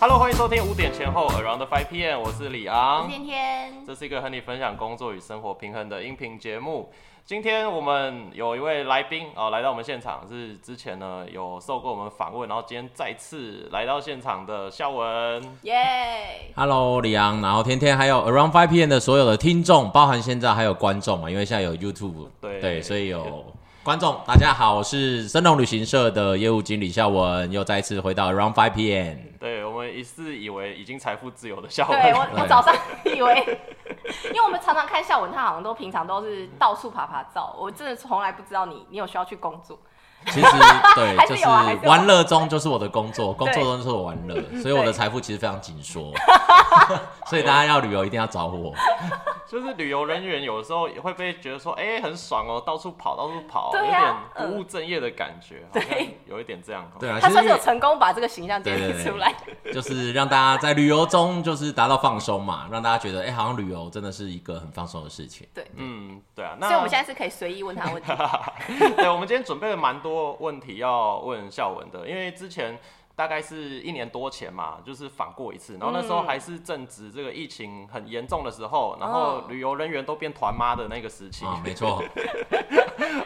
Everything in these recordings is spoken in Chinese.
Hello，欢迎收听五点前后 Around Five PM，我是李我昂是。天天，这是一个和你分享工作与生活平衡的音频节目。今天我们有一位来宾哦，来到我们现场是之前呢有受过我们访问，然后今天再次来到现场的孝文。耶！ Hello，李昂，然后天天还有 Around Five PM 的所有的听众，包含现在还有观众嘛，因为现在有 YouTube，对所以有观众。大家好，我是森龙旅行社的业务经理孝文，又再次回到 Around Five PM。对我们一次以为已经财富自由的孝文，对我，我早上以为， 因为我们常常看孝文，他好像都平常都是到处爬爬照，我真的从来不知道你，你有需要去工作。 其实对还，是就有啊还是有啊玩乐中就是我的工作，工作中就是我玩乐，所以我的财富其实非常 紧缩，所以大家要旅游一定要找我。 就是旅游人员有时候也会被觉得说，哎、很爽哦，到处跑，到处跑，对有啊点不务正业的感觉，嗯好像对有一点这样。哦对啊，他其算是有实成功把这个形象建对立对对出来。就是让大家在旅游中就是达到放松嘛，让大家觉得哎、好像旅游真的是一个很放松的事情。嗯，对啊。那所以我们现在是可以随意问他 问题。对，我们今天准备了蛮多问题要问孝文的，因为之前大概是一年多前嘛，就是访过一次，然后那时候嗯还是正值这个疫情很严重的时候，然后哦旅游人员都变团妈的那个时期，啊，没错，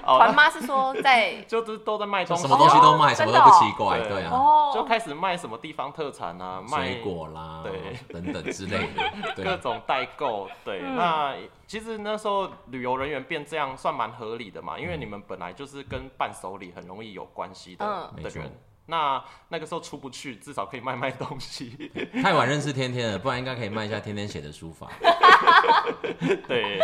哦团那妈是说在 就是都在卖东西，什么东西都哦卖，什真么的都哦不奇怪，对啊，就 哦，开始卖什么地方特产啊，卖水果啦，对等等之类 的，各对，啊种代购，对，嗯那其实那时候旅游人员变这样算蛮合理的嘛，因为嗯你们本来就是跟伴手礼很容易有关系的、嗯的没错人，那那个时候出不去，至少可以卖卖东西，太晚认识天天了，不然应该可以卖一下天天写的书法。对，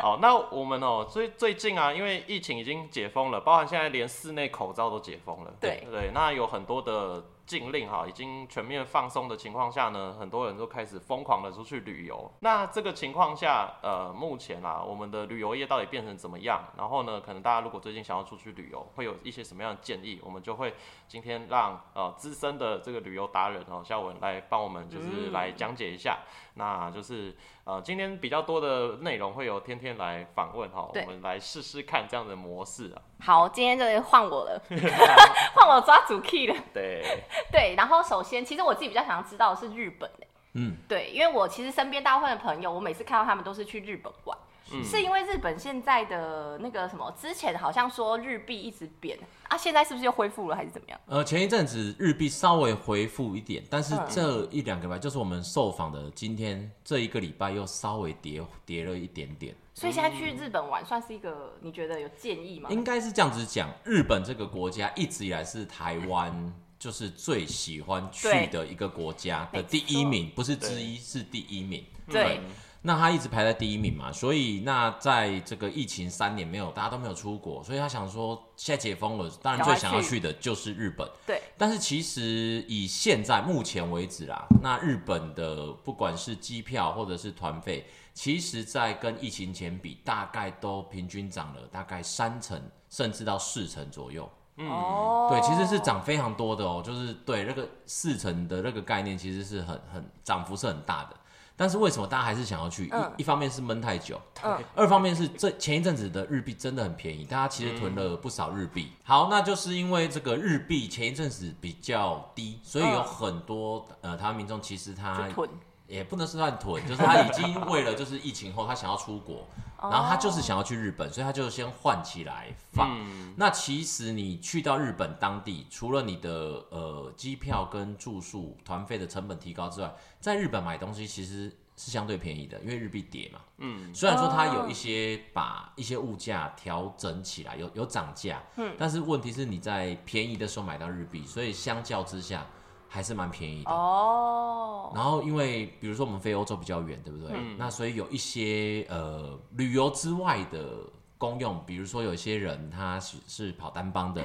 好，那我们哦、最最近啊，因为疫情已经解封了，包含现在连室内口罩都解封了，对对，那有很多的禁令哈，已经全面放松的情况下呢，很多人都开始疯狂的出去旅游。那这个情况下，呃，目前啊，我们的旅游业到底变成怎么样？然后呢，可能大家如果最近想要出去旅游，会有一些什么样的建议？我们就会今天让呃资深的这个旅游达人哦，肖文来帮我们就是嗯来讲解一下。那就是呃，今天比较多的内容会有天天来访问哈，对我们来试试看这样的模式啊。好，今天就换我了， 换我抓主 key 了。对，对，然后首先，其实我自己比较想要知道的是日本、欸、嗯，对，因为我其实身边大部分的朋友，我每次看到他们都是去日本玩，嗯是因为日本现在的那个什么，之前好像说日币一直贬啊，现在是不是又恢复了还是怎么样？呃，前一阵子日币稍微回复一点，但是嗯这一两个礼拜，就是我们受访的今天这一个礼拜又稍微跌跌了一点点。所以现在去嗯日本玩算是一个，你觉得有建议吗？应该是这样子讲，日本这个国家一直以来是台湾就是最喜欢去的一个国家的第一名，不是之一，是第一名。对，那他一直排在第一名嘛，所以那在这个疫情三年没有，大家都没有出国，所以他想说现在解封了，当然最想要去的就是日本。对，但是其实以现在目前为止啦，那日本的不管是机票或者是团费，其实在跟疫情前比，大概都平均涨了大概三成，甚至到四成左右。嗯哦嗯对，其实是涨非常多的哦，就是对那个四成的那个概念，其实是很很涨幅是很大的。但是为什么大家还是想要去？嗯一一方面是闷太久，嗯二方面是这前一阵子的日币真的很便宜，大家其实囤了不少日币。好，那就是因为这个日币前一阵子比较低，所以有嗯很多、呃台湾民众其实他去囤，也不能算囤，就是他已经为了就是疫情后他想要出国，然后他就是想要去日本，所以他就先换起来放。那其实你去到日本当地，除了你的呃机票跟住宿、团费的成本提高之外，在日本买东西其实是相对便宜的，因为日币跌嘛。嗯，虽然说它有一些把一些物价调整起来，有有涨价，嗯，但是问题是你在便宜的时候买到日币，所以相较之下还是蛮便宜的。哦，然后，因为比如说我们飞欧洲比较远，对不对？那所以有一些呃旅游之外的公用，比如说有些人他是是跑单帮的，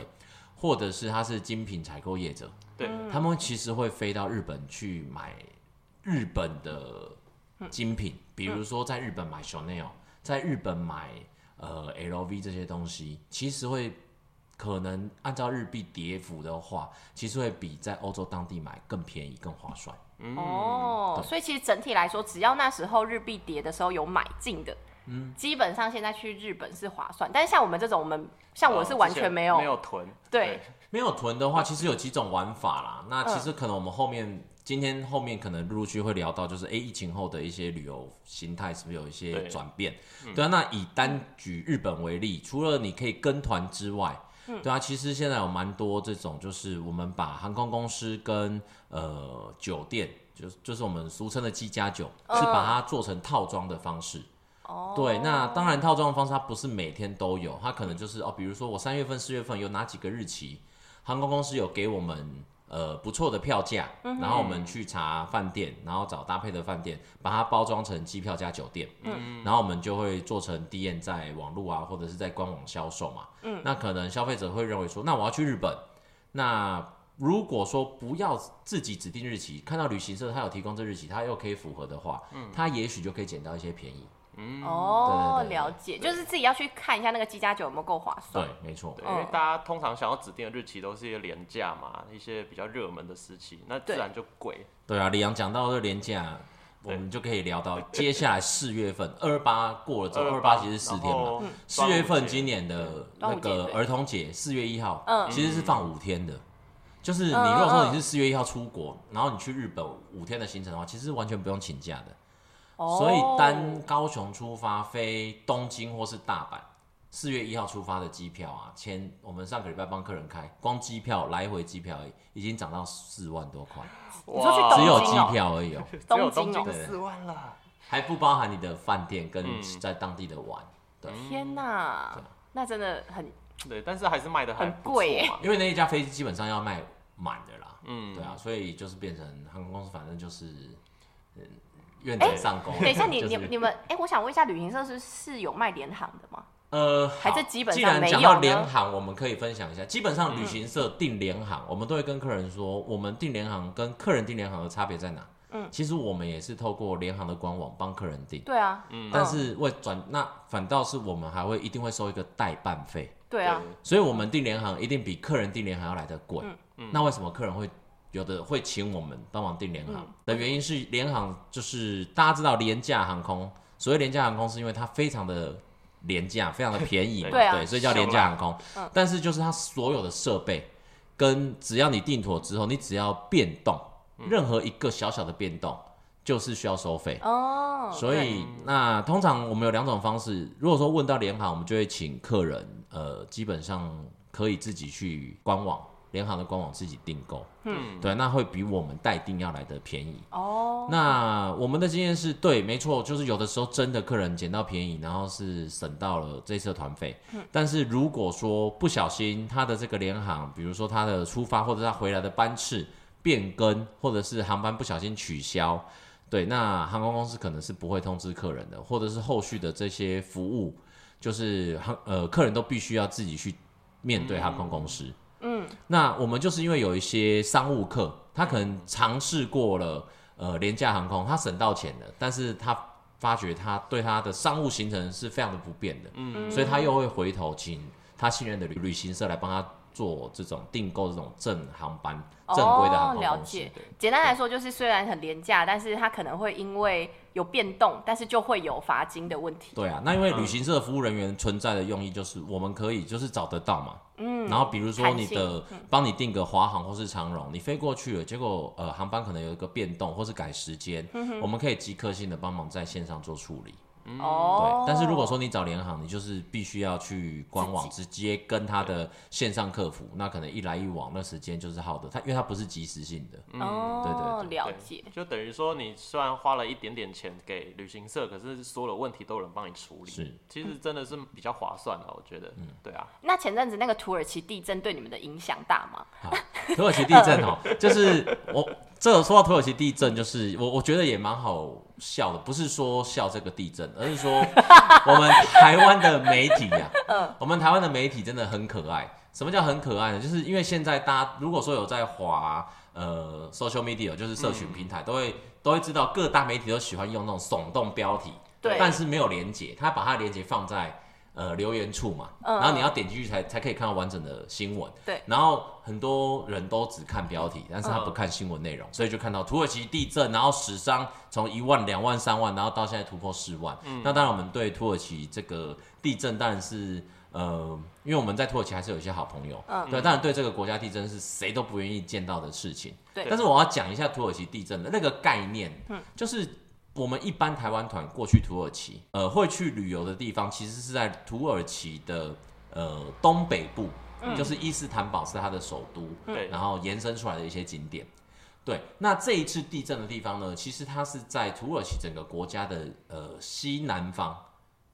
或者是他是精品采购业者，对，他们其实会飞到日本去买日本的精品，比如说在日本买 Chanel，在日本买呃 LV 这些东西，其实会可能按照日币跌幅的话，其实会比在欧洲当地买更便宜、更划算。嗯哦，所以其实整体来说，只要那时候日币跌的时候有买进的，嗯，基本上现在去日本是划算。但是像我们这种，我们像我是呃完之前全没没有，有囤，对没有囤的话，其实有几种玩法啦。那其实可能我们后面今天后面可能陆陆续会聊到，就是哎、诶疫情后的一些旅游形态是不是有一些对转变？对啊，那以单举日本为例，除了你可以跟团之外，对啊，其实现在有蛮多这种，就是我们把航空公司跟呃酒店，就是就是我们俗称的机加酒，嗯是把它做成套装的方式。哦，对，那当然套装的方式它不是每天都有，它可能就是哦，比如说我三月份、四月份有哪几个日期，航空公司有给我们呃不错的票价，然后我们去查饭店，然后找搭配的饭店，把它包装成机票加酒店，嗯，然后我们就会做成 D N 在网络啊或者是在官网销售嘛，嗯，那可能消费者会认为说，那我要去日本，那。如果说不要自己指定日期，看到旅行社它有提供这日期，它又可以符合的话，嗯，它也许就可以捡到一些便宜。哦嗯对对对，对了解，就是自己要去看一下那个机加酒有没有够划算对。，没错。对，因为嗯大家通常想要指定的日期都是一些廉价嘛，一些比较热门的时期，那自对然就贵。对啊，李阳讲到这廉价，我对们就可以聊到接下来四月份二八过了之后，二八28其实四呃然天嘛。后四嗯月端午份节今年的那端午节个对儿童节，四月一号，嗯其实是放五天的。就是你如嗯果说嗯你是四月一号出国，然后你去日本五天的行程的话，其实完全不用请假的。哦所以单高雄出发飞东京或是大阪，四月一号出发的机票啊，前我们上个礼拜帮客人开，光机票来回机票而已已经涨到四万多块，你说去哇东只有京机哦 票而已哦。只有东东京哦京四万了，还不包含你的饭店跟嗯在当地的玩。对，天哪，那真的 很对，但是还是卖的还很不贵错耶嘛。因为那一架飞机基本上要卖满的啦。嗯对啊，所以就是变成航空公司，反正就是嗯愿者上钩。哎等一下，你就你是你们，哎、我想问一下，旅行社是是有卖联航的吗？呃，还好是基本既上然没讲有到呢联航，我们可以分享一下。基本上旅行社订联航，嗯我们都会跟客人说，我们订联航跟客人订联航的差别在哪？嗯其实我们也是透过联航的官网帮客人订，对啊，嗯但是会转那反倒是我们还会一定会收一个代办费。对啊，所以我们订联航一定比客人订联航要来得贵。嗯那为什么客人会有的会请我们帮忙订联航、嗯的原因是，联航就是大家知道廉价航空，所谓廉价航空是因为它非常的廉价，非常的便宜嘛，对啊所以叫廉价航空。嗯但是就是它所有的设备跟只要你订妥之后，你只要变动，任何一个小小的变动就是需要收费。哦，所以那通常我们有两种方式，如果说问到联行，我们就会请客人，呃，基本上可以自己去官网联行的官网自己订购，嗯，对，那会比我们代订要来的便宜。对哦，那我们的经验是对，没错，就是有的时候真的客人捡到便宜，然后是省到了这次的团费。嗯但是如果说不小心他的这个联航，比如说他的出发或者他回来的班次变更，或者是航班不小心取消，对，那航空公司可能是不会通知客人的，或者是后续的这些服务，就是航呃客人都必须要自己去面对航空公司。嗯，那我们就是因为有一些商务客，他可能尝试过了呃廉价航空，他省到钱了，但是他发觉他对他的商务行程是非常的不便的，嗯，所以他又会回头请他信任的旅旅行社来帮他做这种订购这种正航班、正规的航哦空了公司。解对简单来说就是虽然很廉价，但是它可能会因为有变动，但是就会有罚金的问题。对啊，那因为旅行社服务人员存在的用意就是我们可以就是找得到嘛，嗯，然后比如说你的帮你订个华航或是长荣，你飞过去了，结果呃航班可能有一个变动或是改时间，我们可以即刻性的帮忙在线上做处理。哦对，，但是如果说你找联航，你就是必须要去官网直接跟他的线上客服，那可能一来一往，那时间就是耗的，它因为它不是即时性的，哦，嗯对对了对解，就等于说你虽然花了一点点钱给旅行社，可是所有的问题都有人帮你处理，是嗯其实真的是比较划算的，我觉得，对啊，那前阵子那个土耳其地震对你们的影响大 吗？土耳其地震哦，就是我这个说到土耳其地震，就是我我觉得也蛮好笑的，不是说笑这个地震，而是说我们台湾的媒体呀、 嗯我们台湾的媒体真的很可爱。什么叫很可爱呢？就是因为现在大家如果说有在滑呃 social media，就是社嗯群平台，都会都会知道各大媒体都喜欢用那种耸动标题，对但是没有连接，他把它的连接放在呃留言处嘛，嗯然后你要点进去才才可以看到完整的新闻。对然后很多人都只看标题，但是他嗯不看新闻内容，所以就看到土耳其地震，然后死伤从一万、两万、三万，然后到现在突破四万。嗯那当然，我们对土耳其这个地震当然是。呃，因为我们在土耳其还是有一些好朋友，嗯对，当然对这个国家地震是谁都不愿意见到的事情。对嗯但是我要讲一下土耳其地震的那个概念，就是我们一般台湾团过去土耳其，呃，会去旅游的地方其实是在土耳其的呃东北部，就是伊斯坦堡是它的首都，对嗯然后延伸出来的一些景点。对，那这一次地震的地方呢，其实它是在土耳其整个国家的呃西南方，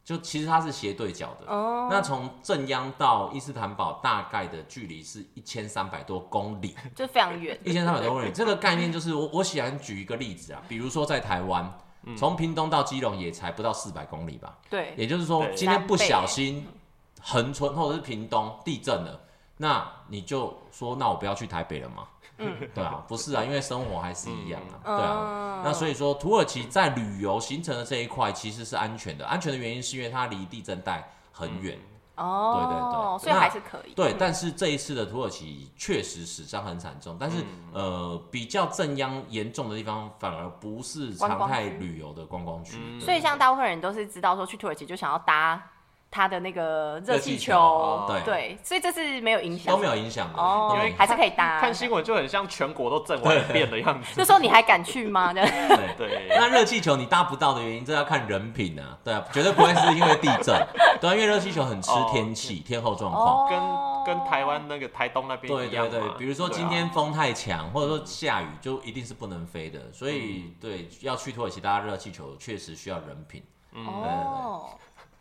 就其实它是斜对角的。哦，那从正央到伊斯坦堡大概的距离是一千三百多公里，就非常远。一千三百多公里，这个概念就是我我喜欢举一个例子啊，比如说在台湾，从屏东到基隆也才不到四百公里吧，对，也就是说对今天不小心恒春或者是屏东地震了，那你就说那我不要去台北了嘛， 对啊，不是啊，因为生活还是一样啊，对啊。嗯那所以说，土耳其在旅游行程的这一块其实是安全的，安全的原因是因为它离地震带很远，嗯哦，对对对所以还是可以。对，但是这一次的土耳其确实死伤很惨重，但是、嗯呃，比较正央严重的地方反而不是常态旅游的观光区，对嗯所以像大部分人都是知道说去土耳其就想要搭他的那个热气热气球哦对对，所以这是没有影响都没有影响的，啊哦都没有，影响还是可以搭。看新闻就很像全国都震完一遍的样子这。时候你还敢去 吗？这样对。 对，那热气球你搭不到的原因，这要看人品啊，对啊，绝对不会是因为地震，对啊，因为热气球很吃哦天气、天候状况，哦跟跟台湾那个台东那边对一样对嘛对，比如说对啊今天风太强，或者说下雨，就一定是不能飞的，所以对要去土耳其搭热气球，确实需要人品。哦。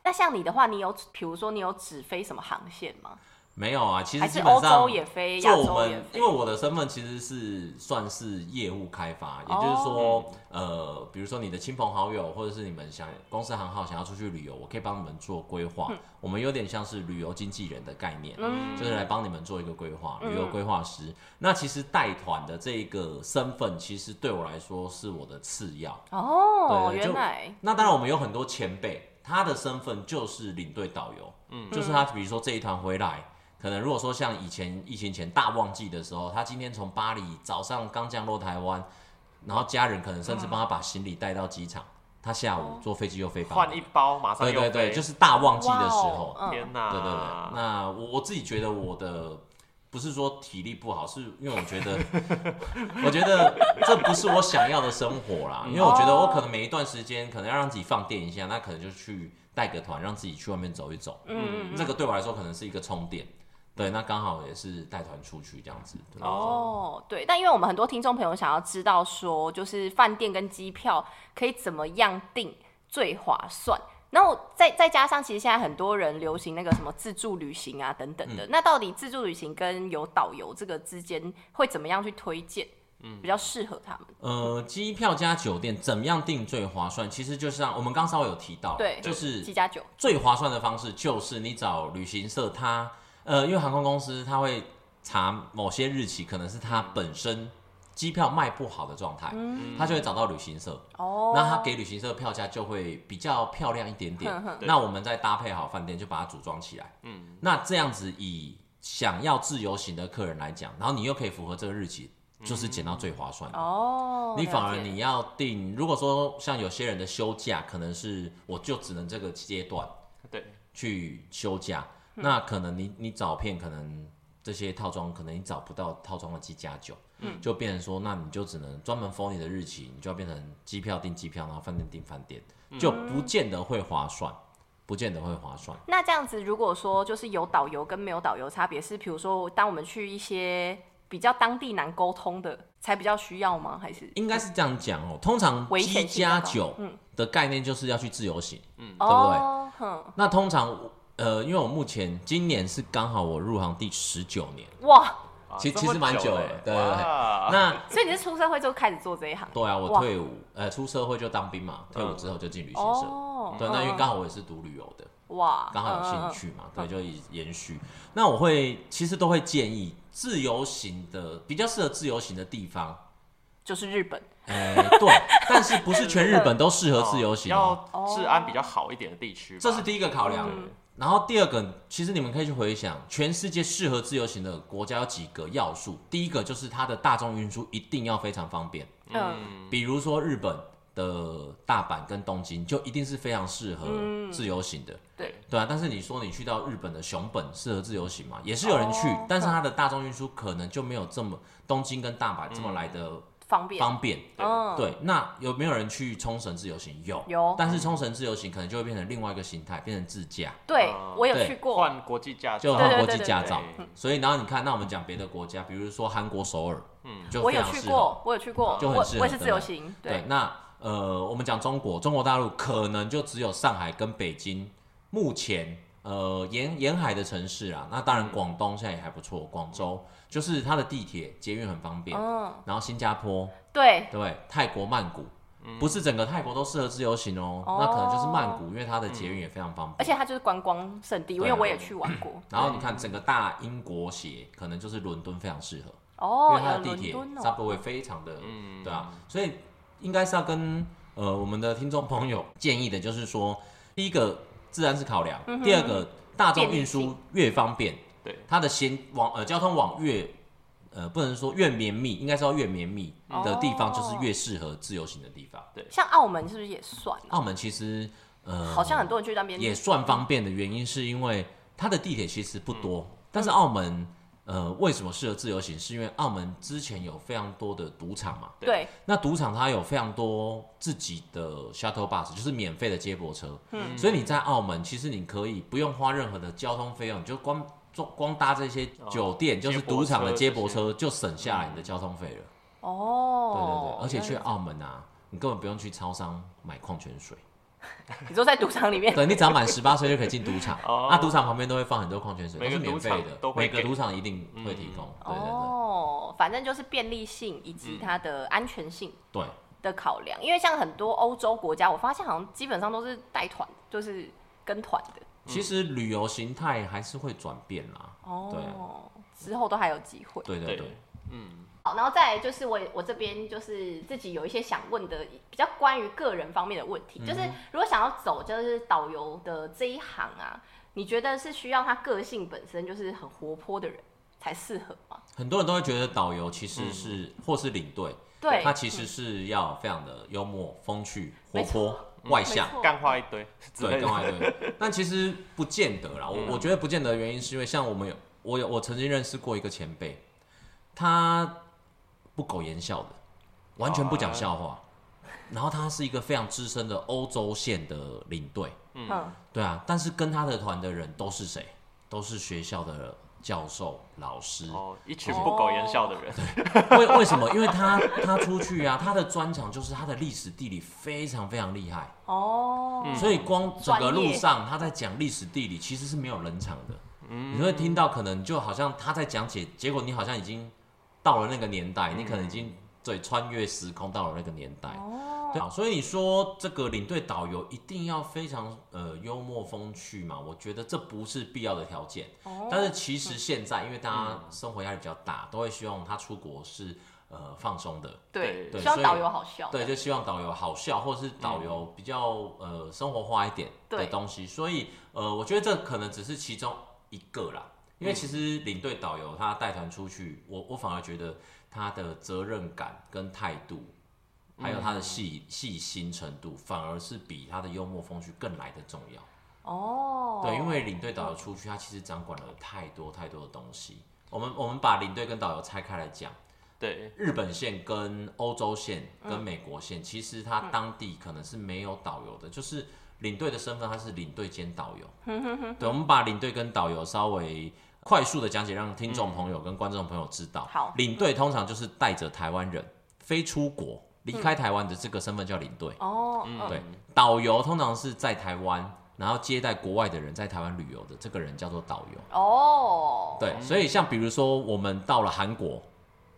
那像你的话，你有比如说你有只飞什么航线吗？没有啊，其实还是基欧本上洲也飞，亚就我洲也们，飞因为？我的身份其实是算是业务开发，也哦就是说，呃，比如说你的亲朋好友，或者是你们想公司行号想要出去旅游，我可以帮你们做规嗯划。我们有点像是旅游经纪人的概念，就是来帮你们做一个规划，旅游嗯规划师。那其实带团的这一个身份，其实对我来说是我的次要。哦，对对就原来那当然，我们有很多前辈，他的身份就是领队导游，嗯，就是他，比如说这一团回来，可能如果说像以前疫情前大旺季的时候，他今天从巴黎早上刚降落台湾，然后家人可能甚至帮他把行李带到机场，他下午坐飞机又飞巴哦换一黎，包马上对又对对，飞就是大旺季哇的时哦候，嗯天哪，对对对，那我我自己觉得我的不是说体力不好，是因为我觉 得，我觉得这不是我想要的生活嗯啦。因为我觉得我可能每一段时间可能要让自己放电一下，那可能就去带个团，让自己去外面走一走。嗯嗯嗯这个对我来说可能是一个充电。对，那刚好也是带团出去这样子。对哦，对，但因为我们很多听众朋友想要知道说，就是饭店跟机票可以怎么样订最划算，然后再再加上其实现在很多人流行那个什么自助旅行啊等等的，嗯那到底自助旅行跟有导游这个之间会怎么样去推荐，嗯比较适合他们？呃，机票加酒店怎么样订最划算？其实就像我们刚稍微有提到，对，就是七加九，最划算的方式就是你找旅行社它，呃，因为航空公司它会查某些日期，可能是它本身机票卖不好的状态，它就会找到旅行社，嗯哦，那它给旅行社的票价就会比较漂亮一点点哼哼。那我们再搭配好饭店，就把它组装起来。嗯，那这样子以想要自由行的客人来讲，然后你又可以符合这个日期，就是捡到最划算的。哦，你反了而解你要定，如果说像有些人的休假，可能是我就只能这个阶段，对，去休假，嗯那可能你你找片可能这些套装，可能你找不到套装的机加酒，嗯，就变成说，那你就只能专门 f 你的日期，你就要变成机票订机票，然后饭店订饭店，嗯就不见得会划算，不见得会划算。那这样子，如果说就是有导游跟没有导游差别是，比如说当我们去一些比较当地难沟通的，才比较需要吗？还是应该是这样讲哦，通常危机险性加高嗯酒的概念就是要去自由行，对对？哦哼，那通常我呃，因为我目前今年是刚好我入行第十九年，哇！啊其这其么实蛮久欸了对对对哇那 所以你是出社会就开始做这一行？对啊，我啊哇退伍，呃，出社会就当兵嘛，退伍之后就进旅行社。哦对，那因为嗯刚好我也是读旅游的，哇，刚好嗯有兴，趣嘛，对，就一延续。那我会其实都会建议自由行的比较适合自由行的地方， 嗯就是日本哎、对，但是不是全日本都适合自由行、哦，要治安比较好一点的地区吧，嗯这是第一个考量。然后第二个，其实你们可以去回想，全世界适合自由行的国家有几个要素。第一个就是它的大众运输一定要非常方便，嗯比如说日本的大阪跟东京，就一定是非常适合嗯自由行的。对对啊，但是你说你去到日本的熊本适合自由行嘛？也是有人去，哦但是它的大众运输可能就没有这么东京跟大阪这么来的方嗯便，方便。对嗯，对，那有没有人去冲绳自由行？有，有但是冲绳自由行可能就会变成另外一个形态，变成自驾，对嗯我有对去过，换国际驾就照，换对国对嗯际驾对照对。所以，然后你看，那我们讲别的国家，比如说韩国首尔，嗯，就我非有常去适合。过，我有去过，就我很适合我也是自由对行，对对，，那呃，我们讲中国，中国大陆可能就只有上海跟北京，目前呃沿沿海的城市啊，那当然广东现在也还不错，广州就是它的地铁捷运很方便，嗯，然后新加坡对，对，泰国曼谷。不是整个泰国都适合自由行哦，哦那可能就是曼谷，因为它的捷运也非常方便。而且它就是观光胜地，因对啊为我也去玩过，然后你看整个大英国协，可能就是伦敦非常适合，因哦为，它有的地伦铁敦哦， subway 非常的，嗯对啊，所以应该是要跟呃我们的听众朋友建议的，就是说， 第一个自然是考量，第二个大众运嗯便利输越方便，对，它的衔网呃交通网越呃不能说越绵密，应该是要越绵密的地方，哦就是越适合自由行的地方。像澳门是不是也算啊？澳门其实呃好像很多人去那边也算方便的原因，是因为它的地铁其实不多，嗯但是澳门呃为什么适合自由行，是因为澳门之前有非常多的赌场嘛，对，那赌场它有非常多自己的 shuttle bus，就是免费的接驳车，所以你在澳门其实你可以不用花任何的交通费用，你就光坐光搭这些酒店，就是赌场的接驳车就省下来你的交通费了，对对哦对，，而且去原来澳门啊，你根本不用去超商买矿泉水。你说在赌场里面，对你只要满十八岁就可以进赌场，哦那赌场旁边都会放很多矿泉水，每都个是免费赌场的都，会每给个赌场一定会提供。对对对嗯哦，反正就是便利性以及它的安全性对，的考量，因为像很多欧洲国家，我发现好像基本上都是带团，就是跟团的。其实旅游形态还是会转变啦。哦，之后都还有机会。对对对对，好，然后再来就是我我这边就是自己有一些想问的，比较关于个人方面的问嗯题，就是如果想要走就是导游的这一行啊，你觉得是需要他个性本身就是很活泼的人才适合吗？很多人都会觉得导游其实是或是领队，嗯对，他其实是要非常的幽默、风趣、活没泼、外向。没错干话一堆之类对，的嗯刚，才对，但其实不见得啦。我我觉得不见得的原因是因为像我们有我有我曾经认识过一个前辈，他不苟言笑的，完全不讲笑话。然后他是一个非常资深的欧洲线的领队，嗯，对啊，但是跟他的团的人都是谁？都是学校的教授、老师。哦，一群不苟言笑的人，哦为 为什么？因为他他出去啊，他的专长就是他的历史地理非常非常厉害。哦，所以光整个路上他在讲历史地理，其实是没有冷场的。你会听到可能就好像他在讲解，结果你好像已经到了那个年代，你可能已经对穿越时空到了那个年代。对，所以你说这个领队导游一定要非常呃幽默风趣嘛？我觉得这不是必要的条件。但是其实现在因为大家生活压力比较大，都会希望他出国是呃放松的。对，对希望所以导游好笑。对，就希望导游好笑，或者是导游比较、呃生活化一点对的东西。所以呃，我觉得这可能只是其中一个啦。嗯因为其实领队导游他带团出去，我我反而觉得他的责任感跟态度，还有他嗯的细细心程度，反而是比他的幽默风趣更来的重要。哦，对，因为领队导游出去，他其实掌管了太多太多的东西。我们我们把领队跟导游拆开来讲。 对，日本线跟欧洲线跟美国线，其实它当地可能是没有导游的，就是领队的身份，它是领队兼导游。对，我们把领队跟导游稍微快速的讲解，让听众朋友跟观众朋友知道。好领队通常就是带着台湾人非出国离开台湾的这个身份叫领队。哦，嗯，对，导游通常是在台湾，然后接待国外的人在台湾旅游的，这个人叫做导游。哦，对，所以像比如说我们到了韩国，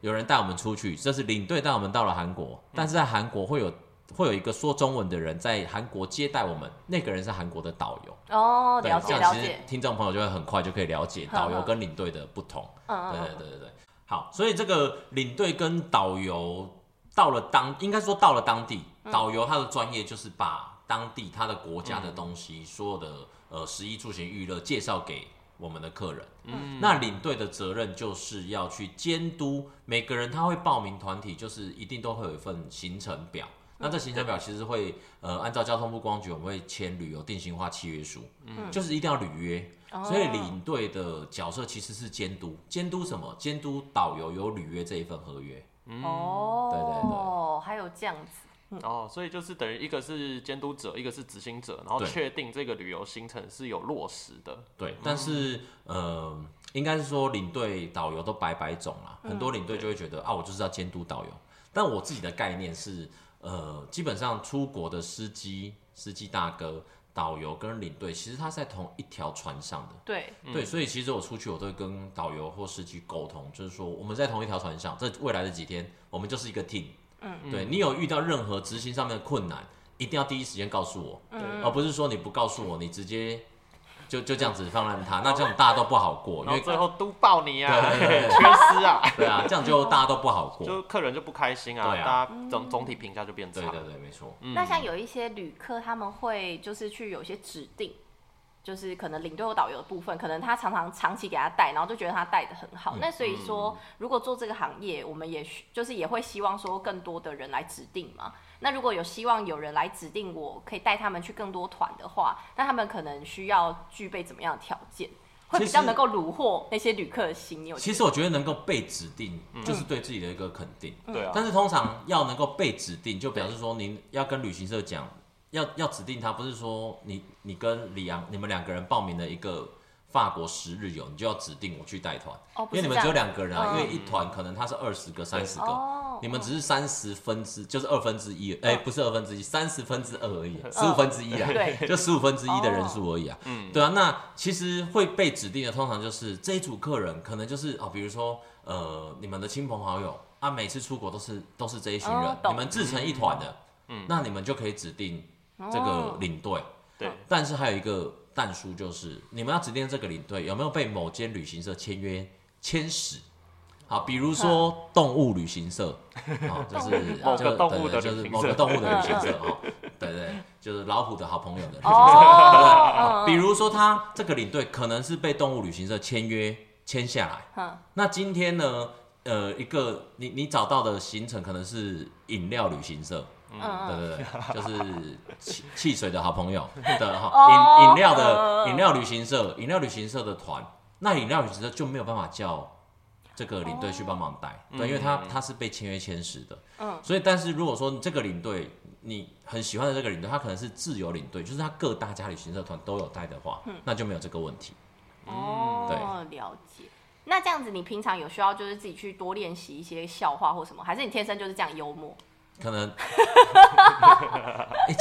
有人带我们出去，这是领队带我们到了韩国，但是在韩国会有会有一个说中文的人在韩国接待我们，那个人是韩国的导游。哦，对了，这解样了其实解，听众朋友就会很快就可以了解呵呵导游跟领队的不同。嗯嗯对对对对对，嗯好，所以这个领队跟导游到了当，应该说到了当地，导游他的专业就是把当地他的国家的东西，所有的呃食衣住行娱乐介绍给我们的客人。嗯，那领队的责任就是要去监督每个人，他会报名团体，就是一定都会有一份行程表。那这行程表其实会，呃，按照交通部观光局，我们会签旅游定型化契约书，嗯，就是一定要履约。所以领队的角色其实是监督，监督什么？监督导游有履约这一份合约。哦，嗯对对对还有这样子，哦，所以就是等于一个是监督者，一个是执行者，然后对确定这个旅游行程是有落实的。对，但是呃，应该是说领队、导游都百百种啦，很多领队就会觉得啊，我就是要监督导游。但我自己的概念是，呃，基本上出国的司机、司机大哥、导游跟领队，其实他是在同一条船上的。对，对，所以其实我出去，我都会跟导游或司机沟通，就是说我们在同一条船上，这未来的几天，我们就是一个 team。嗯，对你有遇到任何执行上面的困难，一定要第一时间告诉我，而不是说你不告诉我，你直接就就这样子放任他，那这样大家都不好过，因然后为最后都爆你啊，对对 对缺失啊， 对啊，这样就大家都不好过。就客人就不开心啊，对啊大家总总体评价就变差。对对对，没错。嗯那像有一些旅客，他们会就是去有一些指定，就是可能领队或导游的部分，可能他常常长期给他带，然后就觉得他带的很好。嗯那所以说，如果做这个行业，我们也需就是也会希望说更多的人来指定嘛。那如果有希望有人来指定我可以带他们去更多团的话，那他们可能需要具备怎么样的条件，会比其较实能够虏获那些旅客的心？你有其觉实我觉得能够被指定，就是对自己的一个肯定。对啊，但是通常要能够被指定，就表示说您要跟旅行社讲，要要指定他，不是说你你跟李阳你们两个人报名了一个法国十日游，你就要指定我去带团，哦不是因为你们这只有样两个人啊，嗯因为一团可能他是二十个、三十得？个。哦你们只是三十分之，就是二分之一，哎、不是二分之一，三十分之二而已，十五分之一啊，对哦就十五分之一的人数而已啊，嗯，对啊，那其实会被指定的，通常就是这一组客人，可能就是哦，比如说呃，你们的亲朋好友啊，每次出国都是都是这一群人，哦懂你们自成一团的，嗯，那你们就可以指定这个哦领队，对，但是还有一个但书就是，你们要指定这个领队有没有被某间旅行社签约签使？好，比如嗯说动物旅行社，啊，就是某就个动物的对对就是旅行社某个动物的旅 行社，哦，对对，就是老虎的好朋友的旅行社， 哦，比如说他这个领队可能是被动物旅行社签约签下来，嗯那今天呢，呃，一个你你找到的行程可能是饮料旅行社，嗯嗯，对对对，就是汽汽水的好朋 友的哦哈，饮饮料的嗯饮料旅行社，饮料旅行社的团，那饮料旅行社就没有办法叫这个领队去帮忙带，对，因为他他是被签约签实的，哦嗯所以但是如果说你这个领队你很喜欢的这个领队，他可能是自由领队，就是他各大家旅行社团都有带的话，嗯那就没有这个问题。哦，了解。那这样子，你平常有需要就是自己去多练习一些笑话或什么，还是你天生就是这样幽默？可能，欸、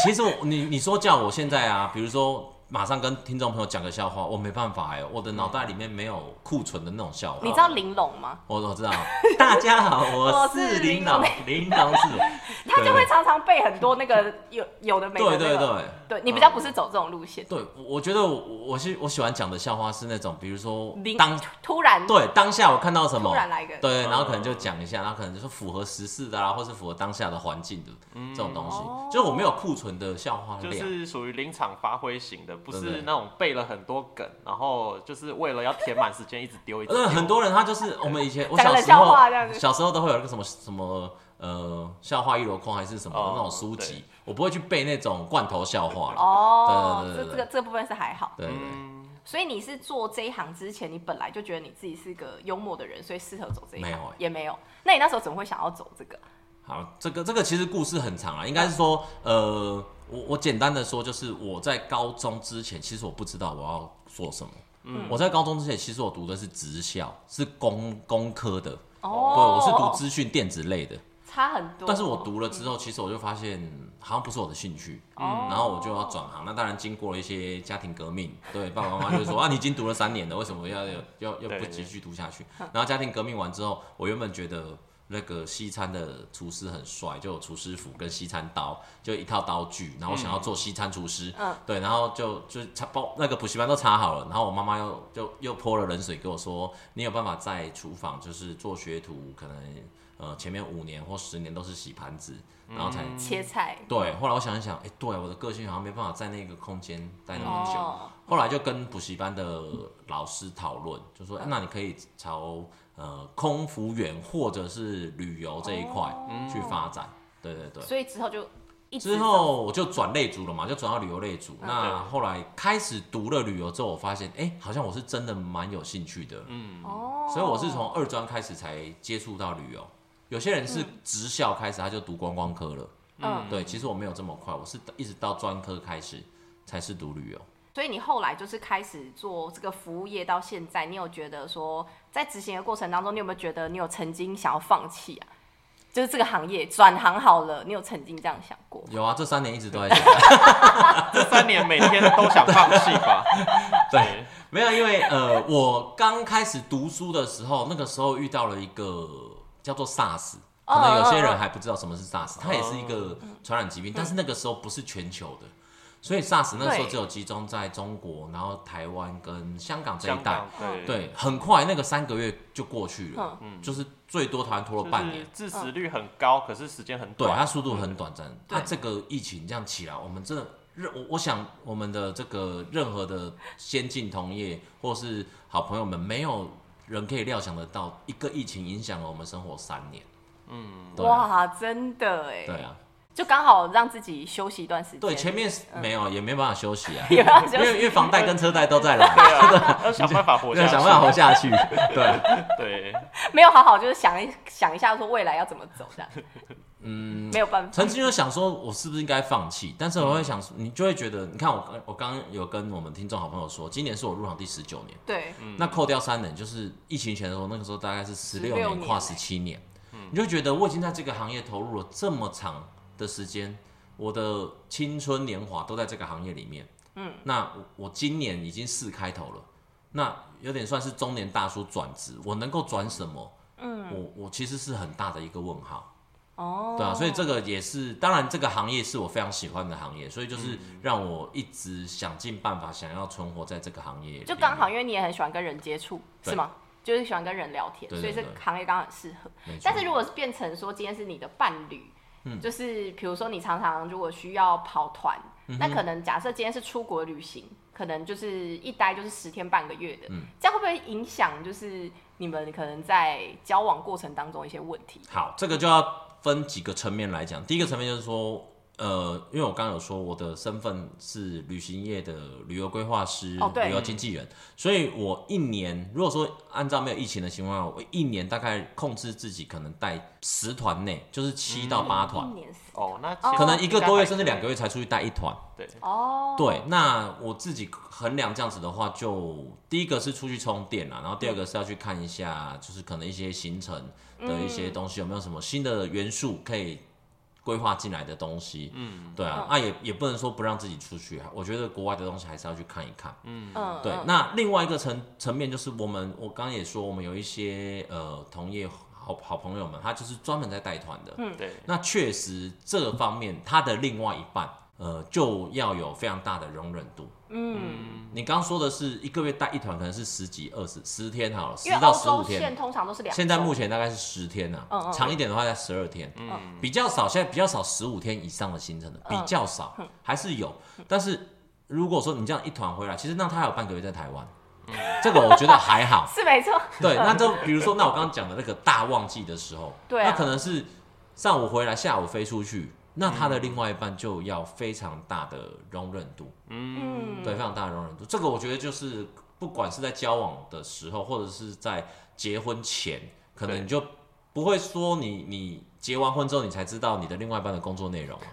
其实我你你说叫我现在啊，比如说马上跟听众朋友讲个笑话，我没办法哎、我的脑袋里面没有库存的那种笑话。你知道玲珑吗？我我知道，大家好，我我是是林林老老，林 老是我，他就会常常背很多那个有有的没的、那对个。对对对你比较不是走这种路线，对，我我觉得我我是我喜欢讲的笑话是那种，比如说灵当突然对当下我看到什么，突然来一个对，嗯然后可能就讲一下，然后可能就是符合时事的啦，啊或是符合当下的环境的、这种东西哦，就是我没有库存的笑话嗯就量。是属于临场发挥型的，不对啊是对那种背了很多梗，然后就是为了要填满时间一直丢一直丢。呃， 很多人他就是我们以前我讲小冷时笑候话这样子小时候都会有那个什么什么呃笑话一箩筐还是什么的哦那种书籍对，我不会去背那种罐头笑话了。哦，对对对对这这个这部分是还好。对对对嗯，所以你是做这一行之前，你本来就觉得你自己是个幽默的人，所以适合走这一行，没有欸也没有。那你那时候怎么会想要走这个？好，这个这个其实故事很长啊，应该是说呃，我我简单的说就是我在高中之前，其实我不知道我要做什么。我在高中之前，其实我读的是职校，是工工科的，哦对，我是读资讯电子类的。差很多。但是我读了之后，其实我就发现好像不是我的兴趣，哦然后我就要转行。那当然经过了一些家庭革命，对爸爸妈妈就说啊，你已经读了三年了，为什么要要要要对不继续读下去？然后家庭革命完之后，我原本觉得那个西餐的厨师很帅，就有厨师服跟西餐刀，就一套刀具，然后我想要做西餐厨师，嗯对，然后就就查包那个补习班都查好了，然后我妈妈又就又泼了冷水给我说，你有办法在厨房就是做学徒，可能呃前面五年或十年都是洗盘子，然后才、切菜对。后来我想一想，哎、对我的个性好像没办法在那个空间待那么久，哦，后来就跟补习班的老师讨论，嗯就说、啊那你可以朝呃空服员或者是旅游这一块去发展。对对对。哦所以之后就一直之后我就转类组了嘛，就转到旅游类组。嗯那后来开始读了旅游之后，我发现哎、好像我是真的蛮有兴趣的。嗯，哦，所以我是从二专开始才接触到旅游。有些人是职校开始他就读观光科了，嗯，对，其实我没有这么快，我是一直到专科开始才是读旅游。所以你后来就是开始做这个服务业到现在，你有觉得说在执行的过程当中，你有没有觉得你有曾经想要放弃啊？就是这个行业转行好了，你有曾经这样想过？有啊，这三年一直都在想，这三年每天都想放弃吧？ 对，没有，因为呃，我刚开始读书的时候，那个时候遇到了一个叫做 SARS。哦可能有些人还不知道什么是 SARS，它也是一个传染疾病，但是那个时候不是全球的，所以 SARS 那时候嗯对只有集中在中国，然后台湾跟香港这一香带港。对，对，很快那个三个月就过去了，嗯嗯就是最多台湾就拖了是半年。致死率很高，可是时间很对，短。它速度很短暂。它、这个疫情这样起来，我们这任我我想我们的这个任何的先进同业或是好朋友们，没有人可以料想得到，一个疫情影响了我们生活三年。嗯，对啊，哇，真的哎，对啊，就刚好让自己休息一段时间。对，前面是没有、也没办法休息啊，也让自己因休为息因为房贷跟车贷都在来， 要想办法活下要去，想办法活下去。对啊，对，没有好好就是想一想一下说未来要怎么走 这样。嗯，没有办法。曾经就想说，我是不是应该放弃？但是我会想，你就会觉得，你看我刚我刚刚有跟我们听众好朋友说，今年是我入行第十九年，对，那扣掉三年，就是疫情前的时候，那个时候大概是十六16年欸年跨十七年，你就会觉得我已经在这个行业投入了这么长的时间，我的青春年华都在这个行业里面。嗯，那我我今年已经四开头了，那有点算是中年大叔转职，我能够转什么？嗯，我我其实是很大的一个问号。哦，对啊，所以这个也是，当然这个行业是我非常喜欢的行业，所以就是让我一直想尽办法想要存活在这个行业里。就刚好，因为你也很喜欢跟人接触，嗯对是吗？就是喜欢跟人聊天，对对所以这对个行业刚好很适合。没错但是如果是变成说今天是你的伴侣，嗯就是比如说你常常如果需要跑团，嗯那可能假设今天是出国旅行，可能就是一待就是十天半个月的，嗯这样会不会影响就是你们可能在交往过程当中一些问题？好，这个就要分几个层面来讲。第一个层面就是说，呃，因为我刚刚有说我的身份是旅行业的旅游规划师、哦对旅游经纪人，所以我一年如果说按照没有疫情的情况下，我一年大概控制自己可能带十团内，就是七到八一团，年四哦，那其实可能一嗯个多月甚至应该两还个月才出去带一团。对，哦，对，那我自己衡量这样子的话就，第一个是出去充电啦，然后第二个是要去看一下，就是可能一些行程的一些东西、有没有什么新的元素可以规划进来的东西。嗯，对啊，那、也也不能说不让自己出去啊，我觉得国外的东西还是要去看一看。嗯，对，嗯那另外一个层层面就是我们，我刚刚也说，我们有一些呃同业好好朋友们，他就是专门在带团的。对，那确实这方面，他的另外一半，呃，就要有非常大的容忍度。嗯，你刚刚说的是一个月带一团，可能是十几、二十、十天好了，十因为到欧十五洲天线。通常都是两周，现在目前大概是十天啊，嗯嗯长一点的话在十二天，嗯比较少。现在比较少十五天以上的行程的，比嗯较少，还是有。但是如果说你这样一团回来，其实那他还有半个月在台湾，这个我觉得还好。是没错， 对，那就比如说，那我刚刚讲的那个大旺季的时候，对啊那可能是上午回来，下午飞出去，那他的另外一半就要非常大的容忍度，嗯，对，非常大的容忍度。这个我觉得就是，不管是在交往的时候，或者是在结婚前，可能对你就不会说你你结完婚之后，你才知道你的另外一半的工作内容啊，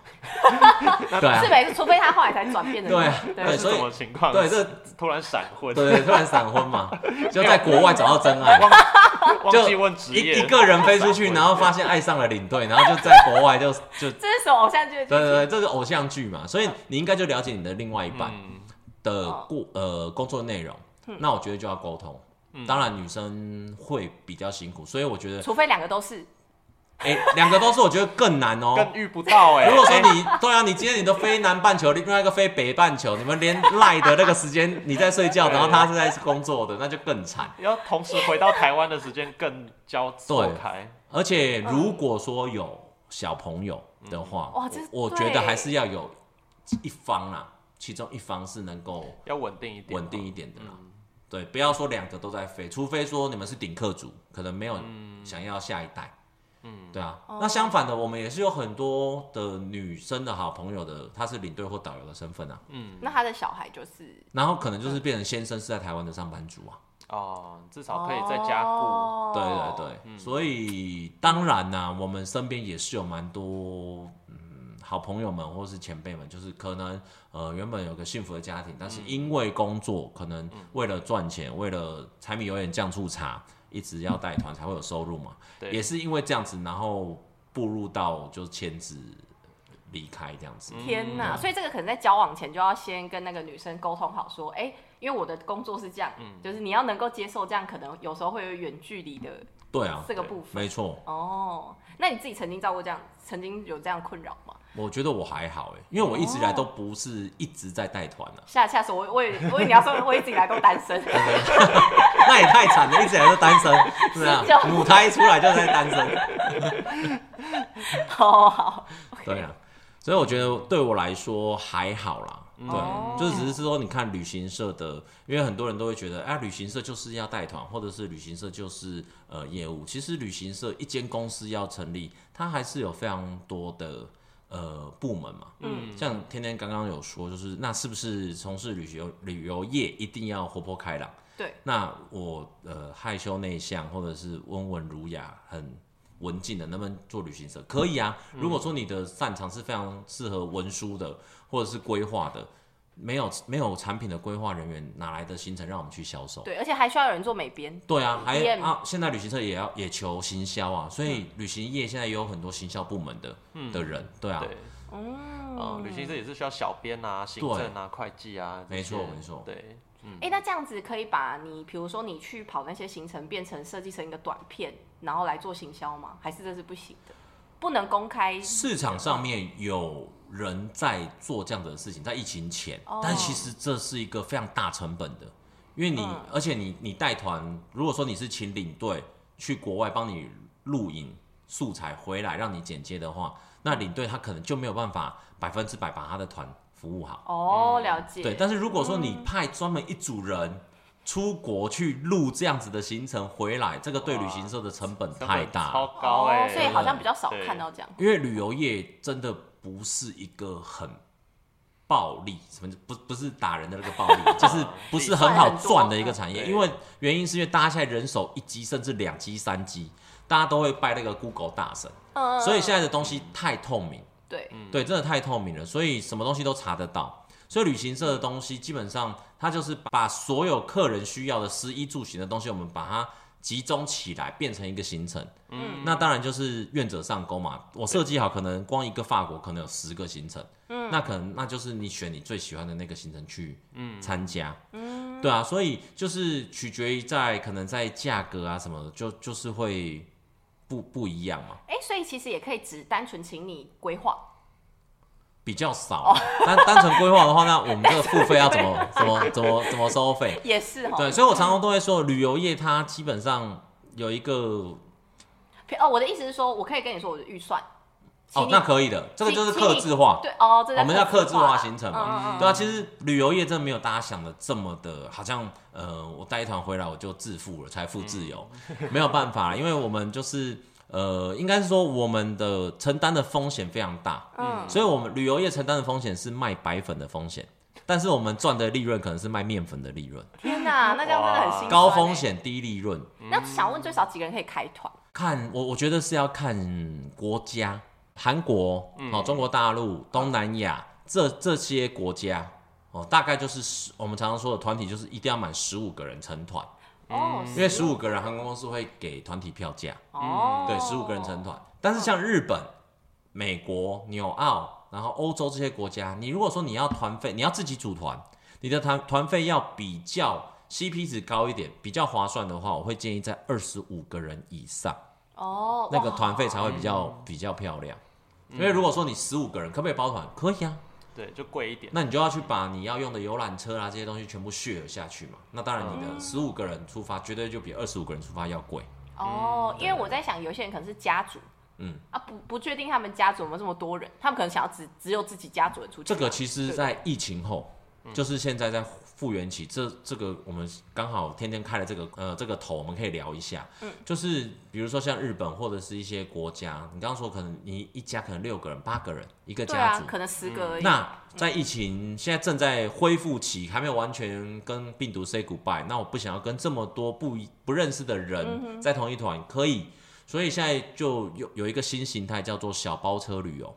对啊是。没错，除非他后来才转变的，对啊那对是所以什么情况？对这突然闪婚，对对，突然闪 婚嘛，就在国外找到真爱，忘记问职一业，一个人飞出去，然后发现爱上了领队，然后就在国外就这就是什么偶像剧的剧对情？对对，这是偶像剧嘛，所以你应该就了解你的另外一半嗯的哦过、呃工作内容。那我觉得就要沟通。嗯当然，女生会比较辛苦，所以我觉得，除非两个都是，哎、两个都是我觉得更难哦、更遇不到哎。如果说哎你、对啊，你今天你都飞南半球，另外一个飞北半球，你们连赖的那个时间你在睡觉，对然后他是在工作的，那就更惨。要同时回到台湾的时间更交错开，而且嗯如果说有小朋友的话，哇这我我对觉得还是要有一方啦，啊其中一方是能够要稳定一点，稳定一点的啦。对，不要说两个都在飞，除非说你们是顶客族，可能没有想要下一代。嗯，对啊。那相反的，我们也是有很多的女生的好朋友的，她是领队或导游的身份啊，那他的小孩就是然后可能就是变成先生是在台湾的上班族啊。哦，至少可以在家哦顾。对对对，所以当然啦、我们身边也是有蛮多嗯好朋友们或是前辈们，就是可能呃原本有个幸福的家庭，但是因为工作，可能为了赚钱，为了柴米油盐酱醋茶，一直要带团才会有收入嘛。对也是因为这样子，然后步入到就签字离开这样子。天嗯呐！所以这个可能在交往前就要先跟那个女生沟通好，说，哎、因为我的工作是这样，嗯就是你要能够接受这样，可能有时候会有远距离的对啊，这个部分。没错，哦，那你自己曾经照过这样，曾经有这样困扰吗？我觉得我还好哎、因为我一直以来都不是一直在带团啊。下下手，我 我以为我以为你要说，我一直以来都单 身，那也太惨了，一直以来都单身，是啊是就，母胎出来就在 单身，好哦好，对啊，所以我觉得对我来说还好啦。哦对，就只是说，你看旅行社的，因为很多人都会觉得，啊，旅行社就是要带团，或者是旅行社就是呃业务。其实旅行社一间公司要成立，它还是有非常多的呃部门嘛。嗯，像天天刚刚有说，就是那是不是从事旅游旅游业一定要活泼开朗？对，那我呃害羞内向，或者是温文儒雅、很文静的，能不能做旅行社？可以啊。如果说你的擅长是非常适合文书的，或者是规划的，没有没有产品的规划人员，哪来的行程让我们去销售？对，而且还需要有人做美编，对啊，还 DM 啊，现在旅行社也要也求行销啊，所以旅行业现在也有很多行销部门的、的人，对啊，对，嗯，嗯，旅行社也是需要小编啊、行政啊、会计啊，这没错些没错对，嗯，哎、那这样子可以把你，比如说你去跑那些行程，变成设计成一个短片，然后来做行销吗？还是这是不行的，不能公开？市场上面有人在做这样的事情，在疫情前，哦但其实这是一个非常大成本的，因为你，嗯而且你你带团，如果说你是请领队去国外帮你录影素材回来让你剪接的话，那领队他可能就没有办法百分之百把他的团服务好。哦，了解。嗯对，但是如果说你派专门一组人出国去录这样子的行程回来，这个对哇旅行社的成本成本太大了，超高哎、哦，所以好像比较少对看到这样。因为旅游业真的不是一个很暴利，什么不不是打人的那个暴力，就是不是很好赚的一个产业。对因为原因是因为大家现在人手一机，甚至两机、三机，大家都会拜那个 Google 大神，呃嗯，所以现在的东西太透明，对，嗯对，真的太透明了，所以什么东西都查得到。所以旅行社的东西基本上，它就是把所有客人需要的食衣住行的东西，我们把它集中起来，变成一个行程。嗯，那当然就是愿者上钩嘛。我设计好，可能光一个法国可能有十个行程，嗯，那可能那就是你选你最喜欢的那个行程去参加，嗯，对啊，所以就是取决于在可能在价格啊什么的，就就是会不不一样嘛，哎、所以其实也可以只单纯请你规划。比较少。单单纯规划的话，那我们这个付费要怎么怎么怎么怎么收费？也是哈，对，所以我常常都会说，旅游业它基本上有一个哦，我的意思是说，我可以跟你说我的预算。哦请，你那可以的，这个就是请请客你制化。对哦，这我们要克克制制化化啦行程嘛，嗯嗯嗯对啊，其实旅游业真的没有大家想的这么的，好像呃，我带一团回来我就致富了，财富自由， 没有办法啦，因为我们就是呃，应该是说我们的承担的风险非常大，嗯，所以我们旅游业承担的风险是卖白粉的风险，但是我们赚的利润可能是卖面粉的利润， 天哪，那这样真的很辛苦、高风。险低利润，那想问最少几个人可以开团？看我，我觉得是要看国家，韩国、哦，中国大陆、东南亚这这些国家哦，大概就是十，我们常常说的团体就是一定要满十五个人成团，嗯哦，因为十五个人航空公司会给团体票价，哦，对，十五个人成团。但是像日本、美国、纽澳，然后欧洲这些国家，你如果说你要团费，你要自己组团，你的团团费要比较 CP 值高一点，比较划算的话，我会建议在二十五个人以上。哦，那个哇团费才会比较、比较漂亮。因为如果说你十五个人，可不可以包团？可以啊，对，就贵一点。那你就要去把你要用的游览车啊这些东西全部 share 下去嘛。那当然，你的十五个人出发，绝对就比二十五个人出发要贵。嗯哦，因为我在想，有些人可能是家族，嗯，啊，不不确定他们家族有没有这么多人，他们可能想要只只有自己家族人出去这玩。个其实，对在疫情后，就是现在在复原期，这这个我们刚好天天开了这个呃这个头，我们可以聊一下。嗯就是比如说像日本或者是一些国家，你刚刚说可能你一家可能六个人、八个人一个对家啊族，，嗯可能十个而已。那在疫情现在正在恢复期，还没有完全跟病毒 say goodbye，那我不想要跟这么多不一不认识的嗯人在同一团，可以，所以现在就有有一个新形态叫做小包车旅游。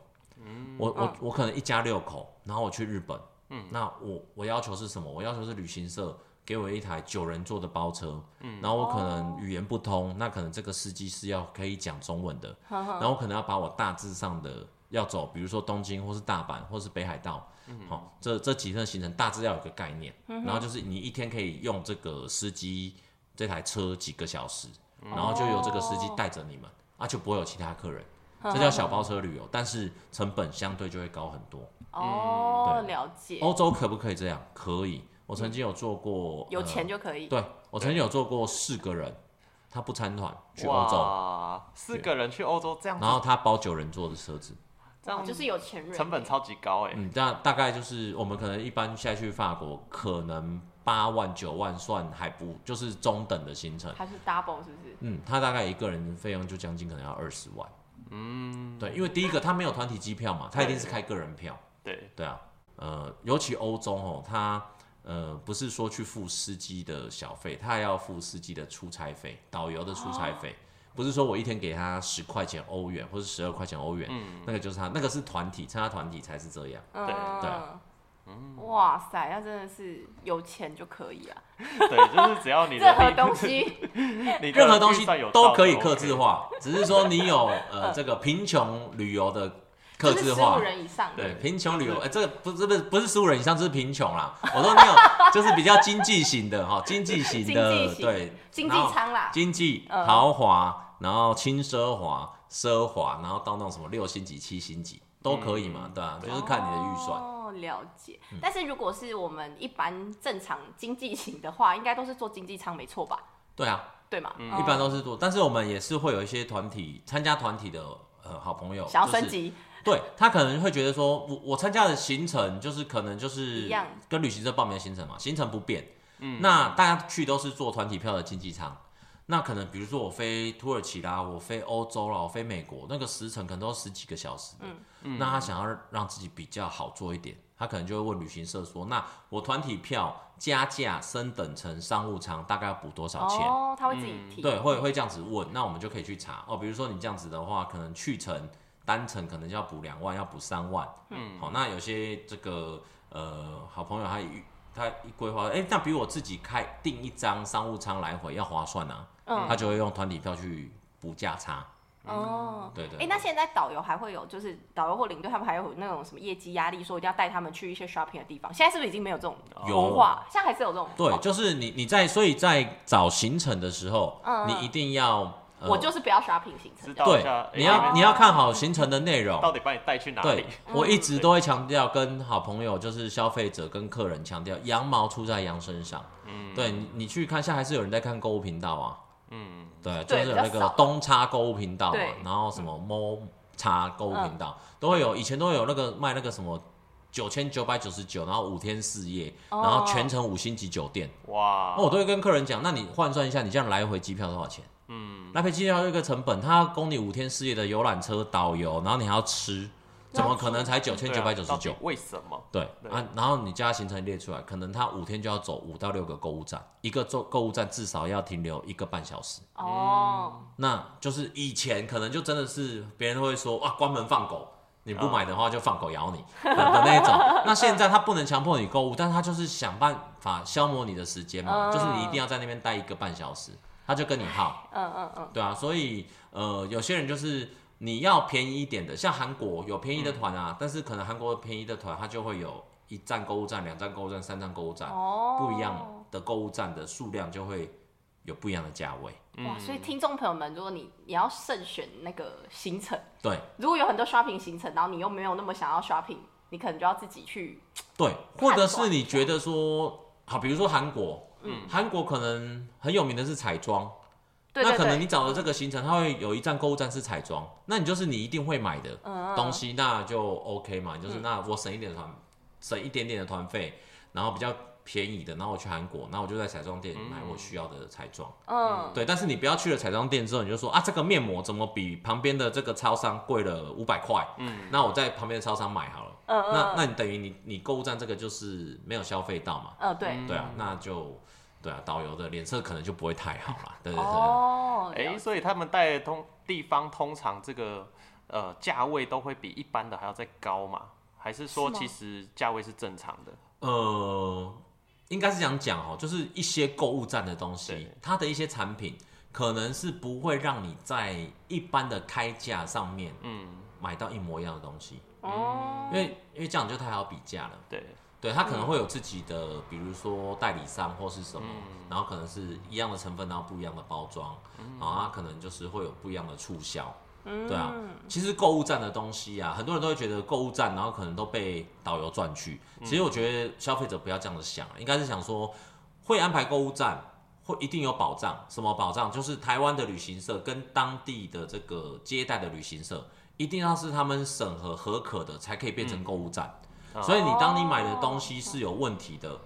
我我嗯我可能一家六口，然后我去日本，嗯，那我我要求是什么？我要求是旅行社给我一台九人座的包车，嗯，然后我可能语言不通，那可能这个司机是要可以讲中文的，呵呵然后我可能要把我大致上的要走，比如说东京或是大阪或是北海道，好、这这几天的行程大致要有个概念，然后就是你一天可以用这个司机这台车几个小时，然后就由这个司机带着你们，啊就不会有其他客人，这叫小包车旅游，但是成本相对就会高很多。哦，嗯对了解，欧洲可不可以这样？可以，我曾经有做过，嗯有呃钱就可以。对我曾经有做过四个人，他不参团去欧洲，哇，四个人去欧洲这样子然，后他包九人座的车子。这样哦就是有钱人。成本超级高哎、嗯，大大概就是我们可能一般下去法国，可能八万九万算还不就是中等的行程。还是 double 是不是？嗯，他大概一个人费用就将近可能要二十万。嗯，对，因为第一个他没有团体机票嘛，他一定是开个人票。对，对啊，呃，尤其欧洲哦，他呃不是说去付司机的小费，他还要付司机的出差费、导游的出差费。哦不是说我一天给他十块钱欧元或者十二块钱欧元，嗯那个就是他，那个是团体参加团体才是这样。对对啊嗯。哇塞，那真的是有钱就可以啊！对，就是只要你的 任何力东， 西，你的任何东西预算有都到可以就克 OK 制。化，只是说你有呃这个贫穷旅游的克就是十制化五。人以上，对，贫穷旅游，哎、这个不是不是不是十五人以上，这是贫穷啦。我说你有就是比较经济型的哈，经济型经济的型对，经济然后舱啦，经济嗯豪华，然后轻奢华、奢华，然后到那种什么六星级、七星级都可以嘛，对啊，就是看你的预算。嗯嗯哦，了解。但是如果是我们一般正常经济型的话，应该都是做经济舱没错吧？对啊，对吗？嗯哦一般都是多，但是我们也是会有一些团体参加团体的呃好朋友，想要就是升级，对他可能会觉得说，我我参加的行程就是可能就是一样跟旅行社报名的行程嘛，行程不变。嗯，那大家去都是坐团体票的经济舱，那可能比如说我飞土耳其啦，我飞欧洲啦，我飞美国，那个时程可能都十几个小时的。嗯，那他想要让自己比较好做一点，他可能就会问旅行社说，那我团体票加价升等乘商务舱大概要补多少钱？嗯哦，他会自己提，对，会会这样子问，那我们就可以去查哦。比如说你这样子的话，可能去程单程可能要补两万，要补三万。嗯，好，那有些这个呃好朋友他一他一规划，哎、那比我自己开订一张商务舱来回要划算啊，嗯他就会用团体票去补价差。哦。对对啊哎，那现在导游还会有，就是导游或领队他们还有那种什么业绩压力，说一定要带他们去一些 shopping 的地方。现在是不是已经没有这种有文化？现在还是有这种哦文对，化。就是你你在所以在找行程的时候，嗯你一定要。呃我就是不要 shopping 行程知的。道一下对，，你要哎你要看好行程的内容，到底把你带去哪里对？，我一嗯直都会强调跟好朋友，就是消费者跟客人强调，羊毛出在羊身上。嗯，对你，你去看，现在还是有人在看购物频道啊。嗯，对，就对是有那比较个少东差购物频道嘛啊对，嗯然后什么猫差购物频道、都会有，以前都会有那个卖那个什么九千九百九十九，然后五天四夜，哦然后全程五星级酒店。哇，哦那我都会跟客人讲，那你换算一下，你这样来回机票多少钱？嗯，来回机票有一个成本，他要供你五天四夜的游览车、导游，然后你还要吃，怎么可能才九千对啊九百九十到底九？为什么？对对啊，然后你加行程列出来，可能他五天就要走五到六个购物站，一个购购物站至少要停留一个半小时。哦，那就是以前可能就真的是别人会说哇，关门放狗，你不买的话就放狗咬你的那一种。那现在他不能强迫你购物，但他就是想办法消磨你的时间嘛，嗯就是你一定要在那边待一个半小时，他就跟你耗，嗯嗯嗯，对啊。所以呃，有些人就是你要便宜一点的，像韩国有便宜的团啊，但是可能韩国便宜的团它就会有一站购物站、两站购物站、三站购物站，哦，不一样的购物站的数量就会有不一样的价位，哇，所以听众朋友们，如果你你要慎选那个行程，对。如果有很多 shopping 行程，然后你又没有那么想要 shopping，你可能就要自己去对，判或断者是你觉得说，好，比如说韩国，嗯，韩国可能很有名的是彩妆，对那对可能对，你找的这个行程，它会有一站购物站是彩妆，那你就是你一定会买的嗯东西，那就 OK 嘛。就是那我省一点团，省一点点的团费，然后比较便宜的，然后我去韩国，那我就在彩妆店买我需要的彩妆。嗯，对，但是你不要去了彩妆店之后，你就说啊，这个面膜怎么比旁边的这个超商贵了五百块？嗯，那我在旁边的超商买好了。嗯那嗯那你等于你你购物站这个就是没有消费到嘛？嗯，对，嗯对啊，那就对啊，导游的脸色可能就不会太好啦。对对对。哦，哎、所以他们带的通地方通常这个呃价位都会比一般的还要再高嘛？还是说是吗其实价位是正常的？呃，应该是这样讲哦，就是一些购物站的东西对，它的一些产品可能是不会让你在一般的开价上面嗯，买到一模一样的东西，哦因，为因为这样就太好比价了。对，对，它可能会有自己的，比如说代理商或是什么，然后可能是一样的成分，然后不一样的包装，然后它可能就是会有不一样的促销。嗯对啊，其实购物站的东西啊，很多人都会觉得购物站，然后可能都被导游赚去。其实我觉得消费者不要这样子想，啊应该是想说，会安排购物站，会一定有保障。什么保障？就是台湾的旅行社跟当地的这个接待的旅行社，一定要是他们审核合可的，才可以变成购物站。啊所以你当你买的东西是有问题的，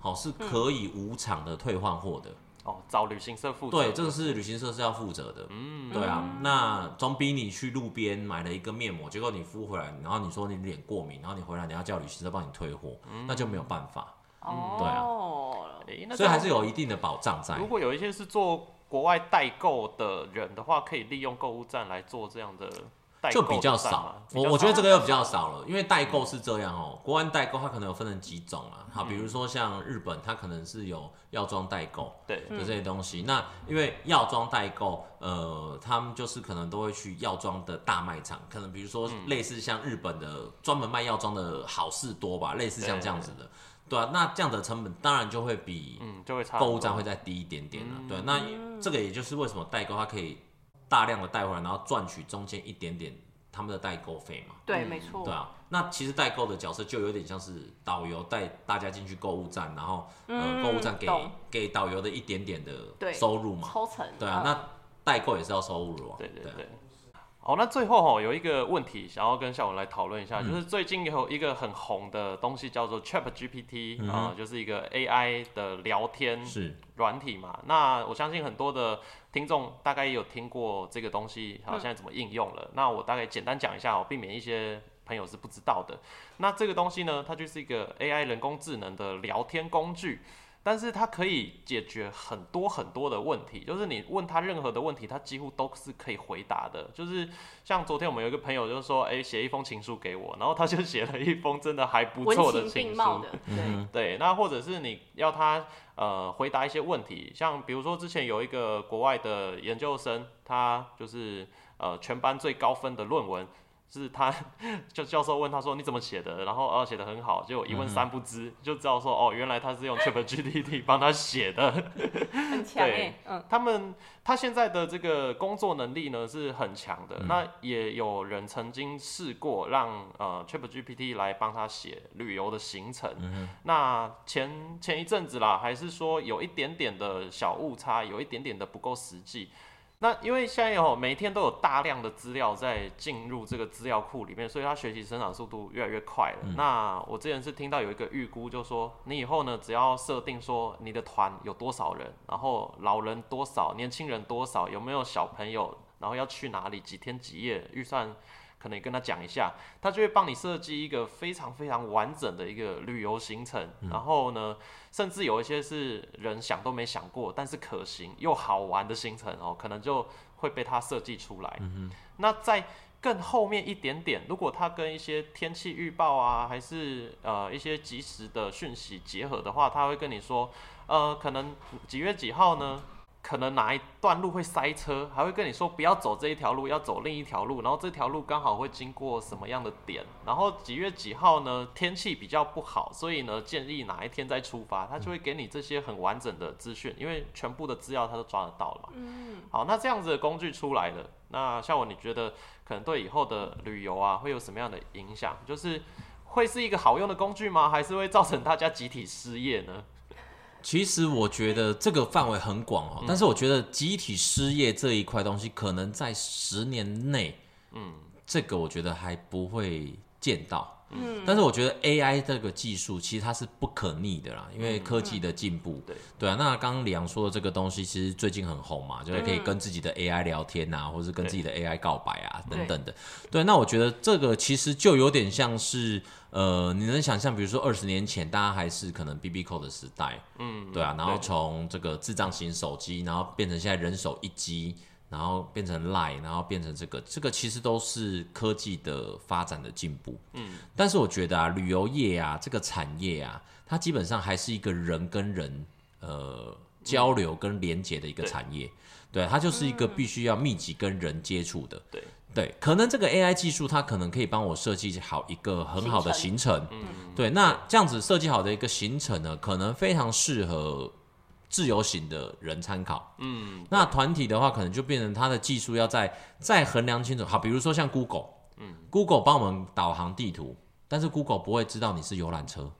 好、是可以无偿的退换货的。哦，找旅行社负责。对，这个是旅行社是要负责的。嗯，对啊，那总比你去路边买了一个面膜，结果你敷回来，然后你说你脸过敏，然后你回来你要叫旅行社帮你退货，那就没有办法。对啊哦，哎、嗯那所以还这是有一定的保障在样。如。果有一些是做国外代购的人的话，可以利用购物站来做这样的代购就的比较站少吗，我我觉得这个又比较少了，因为代嗯购是这样哦、国外代购它可能有分成几种啊，好，嗯比如说像日本，它可能是有药妆代购，对，的这些东西。那因为药妆代购，呃，他们就是可能都会去药妆的大卖场，可能比如说类似像日本的专门卖药妆的好事多吧，类似像这样子的，对啊，那这样的成本当然就会比嗯，就会差很购物多站会再低一点点了、对啊，那也这个也就是为什么代购它可以大量的带回来，然后赚取中间一点点他们的代购费嘛。对，没错对，啊，那其实代购的角色就有点像是导游带大家进去购物站，然后呃，嗯购物站给懂给导游的一点点的对收入嘛，抽成，对啊，嗯那代购也是要收入啊，对对对。好，那最后哦，有一个问题想要跟小文来讨论一嗯下，就是最近有一个很红的东西叫做 Chat GPT 嗯啊、哼就是一个 AI 的聊天是软体嘛。那我相信很多的听众大概也有听过这个东西，还有现在怎么应用了。那我大概简单讲一下哦，避免一些朋友是不知道的。那这个东西呢，它就是一个 AI 人工智能的聊天工具。但是它可以解决很多很多的问题，就是你问他任何的问题，他几乎都是可以回答的。就是像昨天我们有一个朋友就说，哎、写一封情书给我，然后他就写了一封真的还不文错的情情并书茂， 的，嗯对，对，那或者是你要他呃回答一些问题，像比如说之前有一个国外的研究生，他就是呃全班最高分的论文。是他， 就教授问他说你怎么写的，然后呃写的很好，结果一问三不知，就知道说哦原来他是用 ChatGPT 帮他写的。很强哎对，嗯，他们他现在的这个工作能力呢是很强的，那也有人曾经试过让呃 ChatGPT 来帮他写旅游的行程。那前前一阵子啦，还是说有一点点的小误差，有一点点的不够实际。那因为现在有每天都有大量的资料在进入这个资料库里面，所以它学习生长速度越来越快了。那我之前是听到有一个预估，就说你以后呢，只要设定说你的团有多少人，然后老人多少，年轻人多少，有没有小朋友，然后要去哪里，几天几夜，预算可能也跟他讲一下，他就会帮你设计一个非常非常完整的一个旅游行程。然后呢，甚至有一些是人想都没想过，但是可行又好玩的行程哦，可能就会被它设计出来。那在更后面一点点，如果它跟一些天气预报啊，还是呃一些及时的讯息结合的话，它会跟你说，呃，可能几月几号呢？可能哪一段路会塞车，还会跟你说不要走这一条路，要走另一条路，然后这条路刚好会经过什么样的点，然后几月几号呢？天气比较不好，所以呢建议哪一天再出发，它就会给你这些很完整的资讯，因为全部的资料它都抓得到了嘛。嗯，好，那这样子的工具出来了，那像我你觉得可能对以后的旅游啊会有什么样的影响？就是会是一个好用的工具吗？还是会造成大家集体失业呢？其实我觉得这个范围很广哦，但是我觉得集体失业这一块东西，可能在十年内，嗯，这个我觉得还不会见到。嗯，但是我觉得 AI 这个技术其实它是不可逆的啦，因为科技的进步，对对啊。那刚刚李阳说的这个东西，其实最近很红嘛，就是可以跟自己的 AI 聊天啊，或是跟自己的 AI 告白啊对等等的。对，那我觉得这个其实就有点像是，呃，你能想象，比如说二十年前大家还是可能 BB 扣的时代，嗯，对啊，然后对从这个智障型手机，然后变成现在人手一机，然后变成 Line，然后变成这个，这个其实都是科技的发展的进步。嗯，但是我觉得啊，旅游业啊，这个产业啊，它基本上还是一个人跟人呃交流跟连接的一个对产业。对，它就是一个必须要密集跟人接触的。对对，可能这个 AI 技术它可能可以帮我设计好一个很好的行程。嗯对，那这样子设计好的一个行程呢，可能非常适合自由行的人参考。嗯，那团体的话，可能就变成它的技术要再再衡量清楚。好，比如说像 Google，嗯，Google 帮我们导航地图，但是 Google 不会知道你是游览车。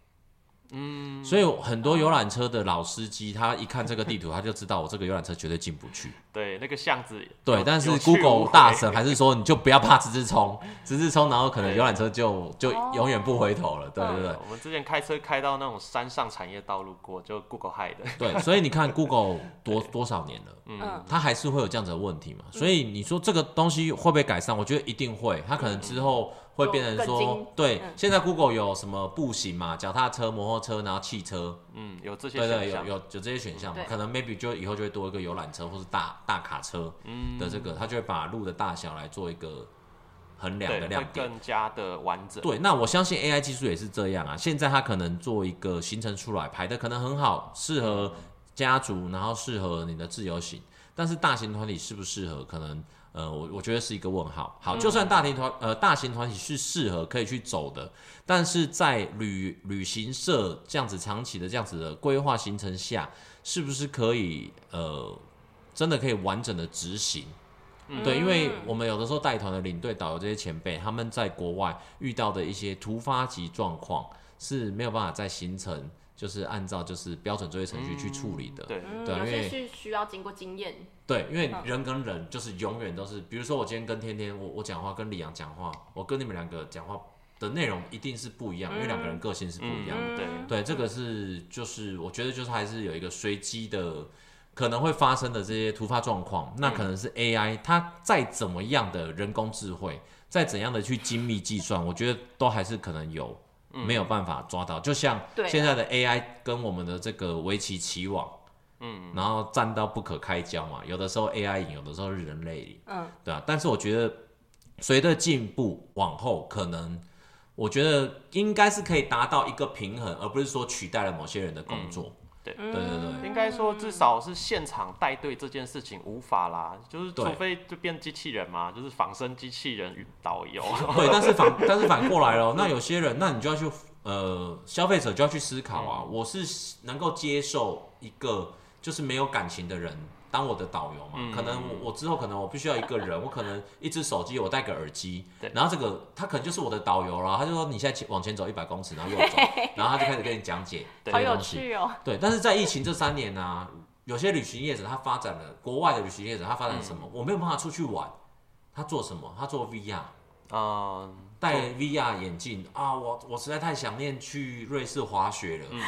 嗯，所以很多游览车的老司机，他一看这个地图，他就知道我这个游览车绝对进不 去。对，那个巷子对，有但是有去无 Google 回大神还是说，你就不要怕直直冲，直直冲，然后可能对嗯游览车就就哦永远不回头了。对对对哦我们之前开车开到那种山上产业道路过，就 Google 害的。 对，所以你看 Google 多多少年了，嗯，它还是会有这样子的问题嘛。嗯所以你说这个东西会不会改善？我觉得一定会，它可嗯能之后会变成就更精说，对嗯，现在 Google 有什么步行嘛、脚踏车、摩托车，然后汽车，嗯，有这些对对，选有项。有有这些选项嘛对，可能 maybe 就以后就会多一个游览车或是大大卡车的这嗯个，它就会把路的大小来做一个衡量的对，会亮点。更加的完整。对，那我相信 AI 技术也是这样啊。现在它可能做一个行程出来，排的可能很好，适合家族，然后适合你的自由行。但是大型团体适不适合，可能呃，我我觉得是一个问号。好，就算大型团呃大型团体是适合可以去走的，但是在旅旅行社这样子长期的这样子的规划行程下，是不是可以呃真的可以完整的执行？嗯对，因为我们有的时候带团的领队、导游这些前辈，他们在国外遇到的一些突发级状况是没有办法在行程就是按照就是标准作业程序去处理的。对，嗯对有因些为是需要经过经验，对，因为人跟人就是永远都是，比如说我今天跟天天，我我讲话跟李阳讲话，我跟你们两个讲话的内容一定是不一样，因为两个人个性是不一样的。嗯对啊对，这个是就是我觉得就是还是有一个随机的可能会发生的这些突发状况，那可能是 AI 它再怎么样的人工智慧，再怎样的去精密计算，我觉得都还是可能有没有办法抓到。就像对啊现在的 AI 跟我们的这个围棋棋网。嗯，然后战到不可开交嘛，有的时候 AI 赢，有的时候是人类赢，嗯，对啊。但是我觉得随着进步往后，可能我觉得应该是可以达到一个平衡，而不是说取代了某些人的工嗯作。对对对应该说至少是现场带队这件事情无法啦，就是对除非就变机器人嘛，就是仿生机器人与导 游。对对，但是反但是反过来了，那有些人，那你就要去呃，消费者就要去思考啊，我是能够接受一个就是没有感情的人。当我的导游嘛，嗯可能我我之后可能我必须要一个人，我可能一只手机，我戴个耳机对，然后这个他可能就是我的导游了，他就说你现在前往前走一百公尺，然后右走，然后他就开始跟你讲解这好些有东西。趣哦。对，但是在疫情这三年呢、有些旅行业者他发展了国外的旅行业者，他发展了什么？我没有办法出去玩，他做什么？他做 VR，嗯，戴 VR 眼镜啊！我我实在太想念去瑞士滑雪了。嗯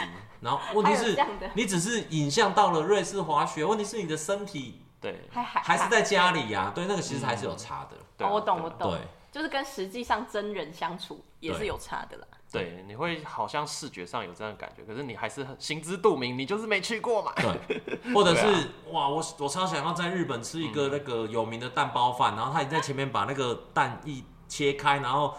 然后问题还有是这样的，你只是影像到了瑞士滑雪，问题是你的身体对还还哦还是在家里呀、对，那个其实还是有差的。对啊，我懂对啊我懂，对就是跟实际上真人相处也是有差的啦。对，你会好像视觉上有这样的感觉，可是你还是很心知肚明，你就是没去过嘛。 对，或者是、啊哇，我我超想要在日本吃一嗯个那个有名的蛋包饭，然后他已经在前面把那个蛋一切开，然后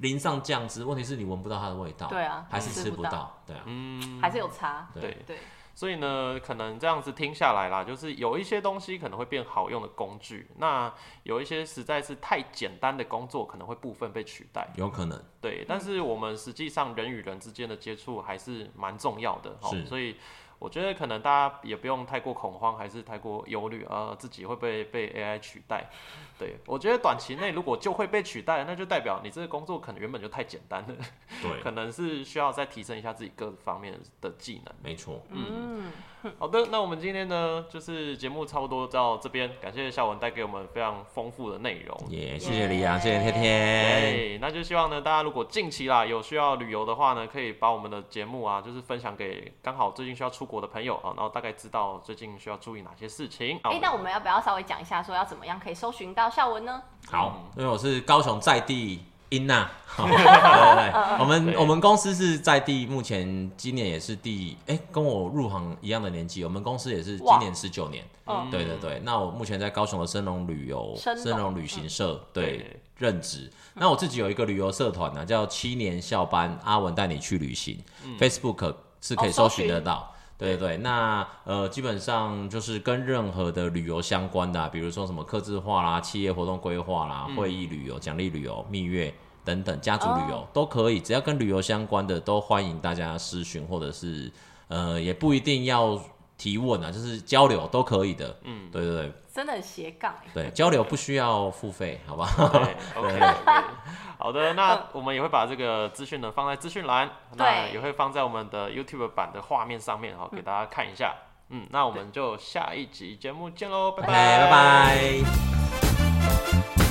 淋上酱汁，问题是你闻不到它的味道，对啊还是吃吃不到，到对啊，嗯还是有差。对对，对，所以呢，可能这样子听下来啦，就是有一些东西可能会变好用的工具，那有一些实在是太简单的工作可能会部分被取代。有可能，对，但是我们实际上人与人之间的接触还是蛮重要的，齁是所以我觉得可能大家也不用太过恐慌，还是太过忧虑，呃，自己会不会被 AI 取代？对我觉得短期内如果就会被取代，那就代表你这个工作可能原本就太简单了，对， 可能是需要再提升一下自己各方面的技能。没错，嗯，好的，那我们今天呢，就是节目差不多到这边，感谢夏文带给我们非常丰富的内容。耶、谢谢李阳，谢谢天天，哎，那就希望呢，大家如果近期啦有需要旅游的话呢，可以把我们的节目啊，就是分享给刚好最近需要出国的朋友啊，然后大概知道最近需要注意哪些事情。哎、那我们要不要稍微讲一下，说要怎么样可以搜寻到孝文呢？好，因为我是高雄在地英娜，好对对 对，我们对我们公司是在地，目前今年也是第，哎、跟我入行一样的年纪，我们公司也是今哇年十九年，嗯对对对，那我目前在高雄的森龙旅游、森隆森龙旅行社对对任职。那我自己有一个旅游社团呢、叫七年校班，阿文带你去旅行、f a c e b o o k 是可以哦搜搜寻寻得到。对对对，那呃，基本上就是跟任何的旅游相关的啊、比如说什么客制化啦、企业活动规划啦、会议旅游、奖励旅游、蜜月等等，家族旅游、都可以，只要跟旅游相关的，都欢迎大家私询或者是呃，也不一定要提问啊，就是交流都可以的。嗯，对对对真的很斜杠哎、对，交流不需要付费，好吧？对哎 OK，OK 好的，那我们也会把这个资讯呢放在资讯栏，那对也会放在我们的 YouTube 版的画面上面哈，给大家看一下。嗯，哎那我们就下一集节目见喽，拜拜拜。